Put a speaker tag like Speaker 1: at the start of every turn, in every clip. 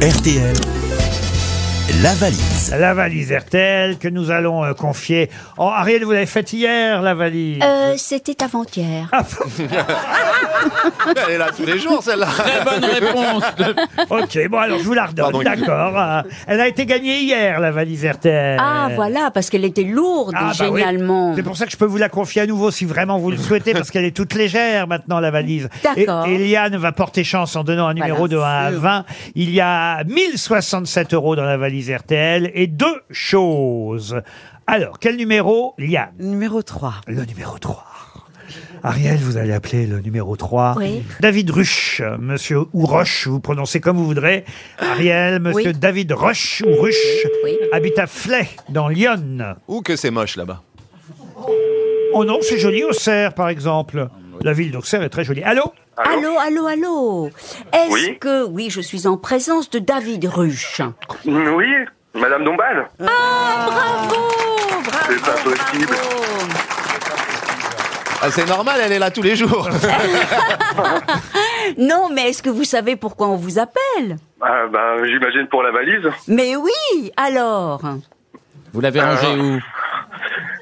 Speaker 1: RTL, la valise.
Speaker 2: La valise RTL que nous allons euh, confier. Oh, Ariel, vous l'avez faite hier, la valise.
Speaker 3: Euh, C'était avant-hier.
Speaker 2: Ah,
Speaker 4: Elle est là tous les jours, celle-là.
Speaker 5: Bonne réponse.
Speaker 2: Ok, bon, alors je vous la
Speaker 4: Pardon,
Speaker 2: redonne.
Speaker 4: Guy.
Speaker 2: D'accord. Euh, Elle a été gagnée hier, la valise RTL.
Speaker 3: Ah, voilà, parce qu'elle était lourde,
Speaker 2: Ah, bah oui.
Speaker 3: génialement.
Speaker 2: C'est pour ça que je peux vous la confier à nouveau si vraiment vous le souhaitez, parce qu'elle est toute légère maintenant, la valise. Et
Speaker 3: D'accord.
Speaker 2: Eliane va porter chance en donnant un numéro de 1 à 20. Il y a 1067 euros dans la valise RTL et deux choses. Alors, quel numéro, Liane
Speaker 6: Numéro 3.
Speaker 2: Le numéro 3. Ariel, vous allez appeler le numéro 3.
Speaker 3: Oui.
Speaker 2: David Ruch, euh, monsieur ou Roche, vous prononcez comme vous voudrez. Ariel, monsieur
Speaker 3: Oui.
Speaker 2: David Roche ou Ruch,
Speaker 3: Oui.
Speaker 2: habite à Flay, dans l'Yonne.
Speaker 4: Ou que c'est moche là-bas.
Speaker 2: Oh non, c'est joli Auxerre, par exemple. La ville d'Auxerre est très jolie. Allô
Speaker 3: Allô, allô, allô. Est-ce
Speaker 7: Oui.
Speaker 3: que, oui, je suis en présence de David Ruche.
Speaker 7: Oui, Madame Dombal.
Speaker 2: Oh,
Speaker 3: Bravo, bravo.
Speaker 7: C'est pas possible.
Speaker 3: bravo.
Speaker 4: Ah, c'est normal, elle est là tous les jours.
Speaker 3: Non, mais est-ce que vous savez pourquoi on vous appelle
Speaker 7: Ah, ben, j'imagine pour la valise.
Speaker 3: Mais oui, alors.
Speaker 5: Vous l'avez rangé où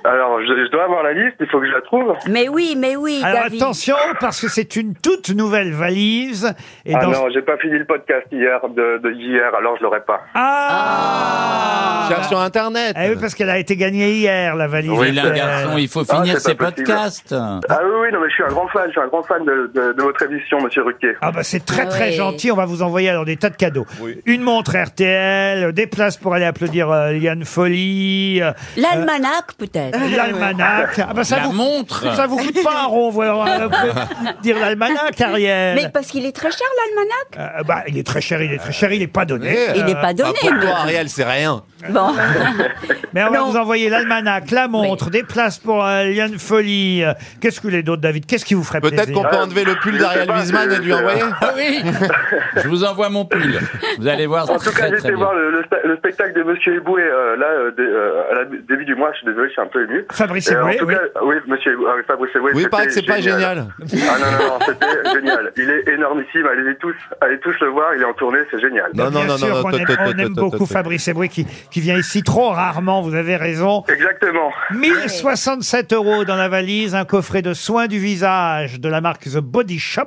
Speaker 7: Alors, je, je dois avoir la liste, il faut que je la trouve.
Speaker 3: Mais oui, mais oui,
Speaker 2: Alors
Speaker 3: David.
Speaker 2: attention, parce que c'est une toute nouvelle valise. Et
Speaker 7: ah
Speaker 2: dans-
Speaker 7: non, j'ai pas fini le podcast hier, de, de hier, alors je l'aurai pas.
Speaker 2: Ah
Speaker 4: Cherche sur Internet.
Speaker 2: Eh oui, parce qu'elle a été gagnée hier, la valise.
Speaker 5: Oui,
Speaker 2: Euh,
Speaker 5: là, garçon, il faut
Speaker 7: Ah,
Speaker 5: finir
Speaker 7: c'est
Speaker 5: ses
Speaker 7: pas possible.
Speaker 5: podcasts.
Speaker 7: Ah oui, oui, non, mais je suis un grand fan, je suis un grand fan de, de- de votre émission, Monsieur Ruquier.
Speaker 2: Ah bah c'est très
Speaker 3: Ah
Speaker 2: très
Speaker 3: ouais.
Speaker 2: gentil, on va vous envoyer alors des tas de cadeaux.
Speaker 4: Oui.
Speaker 2: Une montre RTL, des places pour aller applaudir euh, Liane Folly, euh,
Speaker 3: L'almanach, peut-être.
Speaker 2: l'almanach. Ah bah ça
Speaker 5: La
Speaker 2: vous
Speaker 5: montre.
Speaker 2: ça vous coûte pas un rond, voilà, dire l'almanach Ariel.
Speaker 3: Mais parce qu'il est très cher, l'almanach.
Speaker 2: Euh, bah, il est très cher, il est très cher, il n'est pas donné.
Speaker 3: Il n'est pas donné,
Speaker 4: Ah, pour
Speaker 3: mais-
Speaker 4: toi, Ariel, c'est rien.
Speaker 3: Bon.
Speaker 2: Mais on va
Speaker 3: Non.
Speaker 2: vous envoyer l'almanach, la montre, des places pour euh, Liane Folly. Euh, Qu'est-ce que vous voulez d'autre, David Qu'est-ce qui vous ferait
Speaker 4: Peut-être
Speaker 2: plaisir
Speaker 4: qu'on peut enlever le pull
Speaker 7: je sais
Speaker 4: d'Ariel
Speaker 7: pas,
Speaker 4: Wiesman
Speaker 7: c'est-
Speaker 4: et lui
Speaker 7: c'est-
Speaker 4: envoyer.
Speaker 5: Ah oui Je vous envoie mon pull. Vous allez voir,
Speaker 7: En
Speaker 5: c'est
Speaker 7: tout cas,
Speaker 5: très,
Speaker 7: j'ai
Speaker 5: très
Speaker 7: été
Speaker 5: bien.
Speaker 7: voir le, le spe- le spectacle de Monsieur Eboué, euh, là, euh, dé- euh, à la début du mois, je suis désolé, je suis un peu ému.
Speaker 2: Fabrice
Speaker 7: Et Euh, en
Speaker 2: Eboué,
Speaker 7: tout
Speaker 2: oui.
Speaker 7: cas, oui, Monsieur Eboué, ah oui, Fabrice Eboué,
Speaker 4: Oui,
Speaker 7: c'était
Speaker 4: paraît que c'est pas génial.
Speaker 7: Ah non, non, non, c'était génial. Il est énormissime, allez tous, allez tous le voir, il est en tournée, c'est génial.
Speaker 4: Non, non,
Speaker 2: Bien
Speaker 4: non,
Speaker 2: sûr
Speaker 4: non,
Speaker 2: qu'on
Speaker 4: non,
Speaker 2: aime,
Speaker 4: tot, tot,
Speaker 2: on aime
Speaker 4: tot, tot,
Speaker 2: beaucoup
Speaker 4: tot.
Speaker 2: Fabrice Eboué qui, qui vient ici trop rarement, vous avez raison.
Speaker 7: Exactement.
Speaker 2: 1067 euros dans la valise, un coffret de soins du visage de la marque The Body Shop.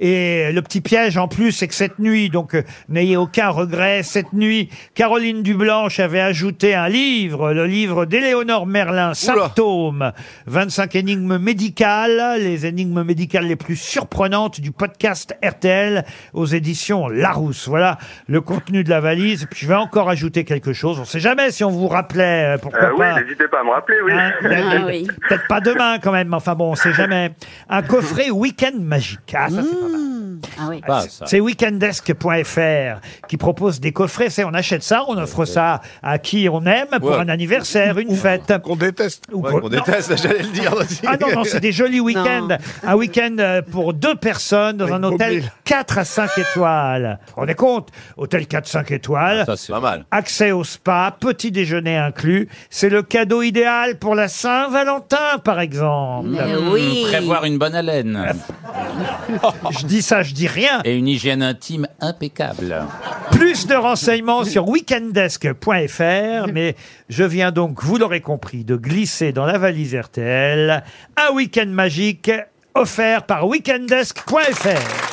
Speaker 2: Et le petit piège en plus, c'est que cette nuit, donc euh, n'ayez aucun regret, cette nuit, Caroline Dublanche avait ajouté un livre, le livre d'Éléonore Merlin, Symptômes, 25 énigmes médicales, les énigmes médicales les plus surprenantes du podcast RTL aux éditions Larousse. Voilà le contenu de la valise. Puis je vais encore ajouter quelque chose, on sait jamais si on vous rappelait, euh, pourquoi
Speaker 7: Euh, oui,
Speaker 2: pas.
Speaker 7: n'hésitez pas à me rappeler, oui.
Speaker 2: Hein, David
Speaker 3: Ah oui.
Speaker 2: Peut-être pas demain quand même, mais enfin bon, on sait jamais. Un coffret week-end magique. Ah, ça, c'est pas mal.
Speaker 3: Ah oui.
Speaker 5: Pas, ça.
Speaker 2: C'est weekendesk.fr qui propose des coffrets. C'est on achète ça, on offre ça à qui on aime pour
Speaker 4: Ouais.
Speaker 2: un anniversaire, une fête.
Speaker 8: Qu'on déteste.
Speaker 2: Ou
Speaker 4: Ouais,
Speaker 2: qu'on-
Speaker 4: qu'on
Speaker 2: non.
Speaker 4: déteste, j'allais le dire aussi.
Speaker 2: Ah non, non, c'est des jolis week-ends. Un week-end euh, pour deux personnes dans
Speaker 8: Avec
Speaker 2: un hôtel
Speaker 8: mobile.
Speaker 2: 4 à 5 étoiles. Vous vous rendez compte Hôtel 4-5 étoiles.
Speaker 5: Ça, c'est
Speaker 4: Pas mal.
Speaker 2: Accès au spa, petit déjeuner inclus. C'est le cadeau idéal pour la Saint-Valentin, par exemple.
Speaker 3: Mais oui.
Speaker 5: Prévoir une bonne haleine
Speaker 2: Je dis ça, je dis rien.
Speaker 5: et une hygiène intime impeccable.
Speaker 2: Plus de renseignements sur weekendesk.fr. Mais je viens donc, vous l'aurez compris, de glisser dans la valise RTL un week-end magique offert par weekendesk.fr.